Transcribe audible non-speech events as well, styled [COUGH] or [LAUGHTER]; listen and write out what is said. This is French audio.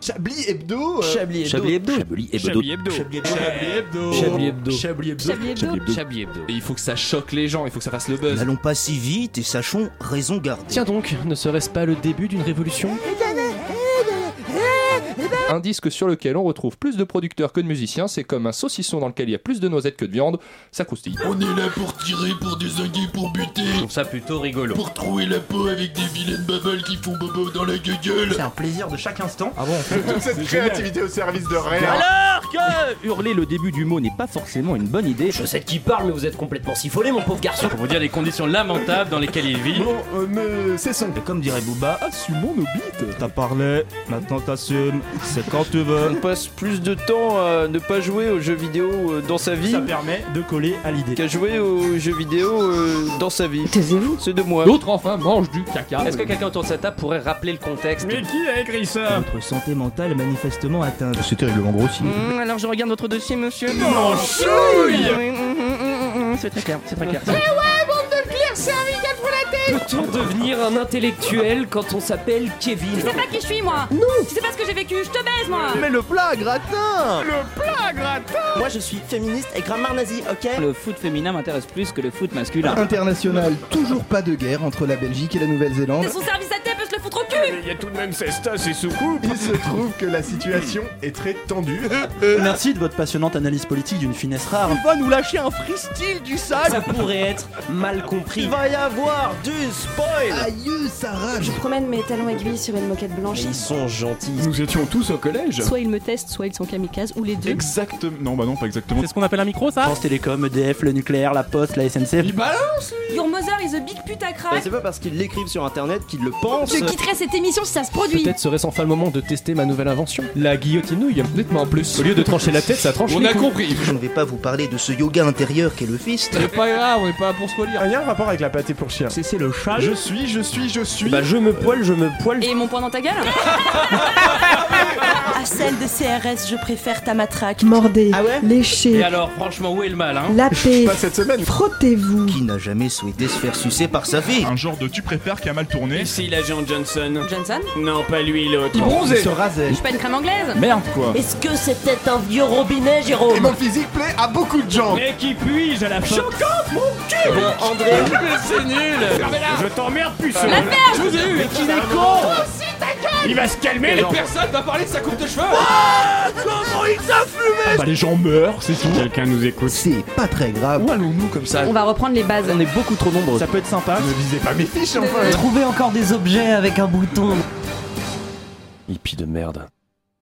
Chablis Hebdo. euh, Chablis Hebdo. Chablis Hebdo. Chablis et Bedo. Chablis Hebdo. Chablis Hebdo. Chablis Hebdo. Chablis Chablis Hebdo. Hebdo. Chablis Chablis Hebdo. Hebdo. Chablis Hebdo. Chablis Hebdo. Et il faut que ça choque les gens, il faut que ça fasse le buzz. N'allons pas si vite et sachons raison garder. Tiens donc, ne serait-ce pas le début d'une révolution Un disque sur lequel on retrouve plus de producteurs que de musiciens, c'est comme un saucisson dans lequel il y a plus de noisettes que de viande, ça croustille. On est là pour tirer, pour désinguer, pour Je buter, trouve ça plutôt rigolo. pour trouer la peau avec des vilaines babales qui font bobo dans la gueule. C'est un plaisir de chaque instant. Ah bon Toute cette créativité au service de rien. Alors que hurler le début du mot n'est pas forcément une bonne idée. Je sais de qui parle, mais vous êtes complètement sifflé, mon pauvre garçon. Pour vous dire les conditions lamentables dans lesquelles il vit. Bon, euh, mais cessons. Et comme dirait Booba, assumons nos bites. T'as parlé, maintenant t'assumes, c'est quand tu veux. On passe plus de temps à ne pas jouer aux jeux vidéo euh, dans sa vie Ça permet de coller à l'idée. qu'à jouer aux jeux vidéo euh, dans sa vie. Taisez-vous. C'est de moi. L'autre enfin mange du caca. Est-ce que quelqu'un autour de sa table pourrait rappeler le contexte qui a écrit Euh. ça Notre santé mentale manifestement atteinte. C'est terriblement grossi. Mmh, alors je regarde votre dossier, monsieur. Non, chouille Oui, mmh, mmh, mmh, mmh, c'est très clair, c'est très clair. Peut-on devenir un intellectuel quand on s'appelle Kevin Tu sais pas qui je suis, moi Non Tu sais pas ce que j'ai vécu, je te baise, moi Mais le plat à gratin Moi je suis féministe et grammaire nazie, ok Le foot féminin m'intéresse plus que le foot masculin. International, toujours pas de guerre entre la Belgique et la Nouvelle-Zélande. C'est son service à thé peut se le foutre au cul Il y a tout de même Cesta, ses sous Il se trouve que la situation est très tendue. Merci de votre passionnante analyse politique d'une finesse rare. Il va nous lâcher un freestyle du sale Ça pourrait être mal compris. Il va y avoir du spoil Aïe, Sarah Je promène mes talons aiguilles sur une moquette blanche. Ils sont gentils. Nous étions tous au collège. Soit ils me testent, soit ils sont kamikazes, ou les deux. Exactement. Non, bah non, pas exactement. C'est ce qu'on appelle un micro, ça France Télécom, E EDF, le nucléaire, la poste, la SNCF. Your mother is a big Bah, putacrac c'est pas parce qu'ils l'écrivent sur internet qu'ils le pensent. Je quitterai cette émission si ça se produit Peut-être serait-ce enfin le moment de tester ma nouvelle invention. La guillotinouille. Nettement en plus. Au lieu de trancher la tête, ça tranche On les a couilles. compris. Je ne vais pas vous parler de ce yoga intérieur qu'est le fist. C'est pas grave, on est pas là pour se relire. Rien à rapport avec la pâté pour chien. C'est le chat. Je suis, je suis, je suis. Bah je me poil, je me poil. Et mon poing dans ta [LAUGHS] gueule À celle de CRS, je préfère ta matraque. Mordez, Ah ouais Et léchez, alors, franchement, où est le mal, hein lapez, Pas cette semaine. frottez-vous. Qui n'a jamais souhaité se faire sucer par sa fille genre de tu préfères qui a mal tourné. Ici l'agent Johnson. Johnson Non, pas lui, l'autre. Il se rasait. Je suis pas une crème anglaise Merde quoi. Est-ce que c'était un vieux robinet, Et Jérôme mon physique plaît à beaucoup de gens. Mais qui puis-je à la fin Je t'emmerde, puceau. La merde Je vous ai eu Il va se calmer, les personnes. Personne va parler de sa coupe de cheveux Bah les gens meurent, c'est tout. Quelqu'un nous écoute. C'est pas très grave. Où allons-nous comme ça On va reprendre les bases. On est beaucoup trop nombreux. Ça peut être sympa. Ne visez pas mes fiches enfin. Trouver encore des objets avec un bouton. Hippie de merde.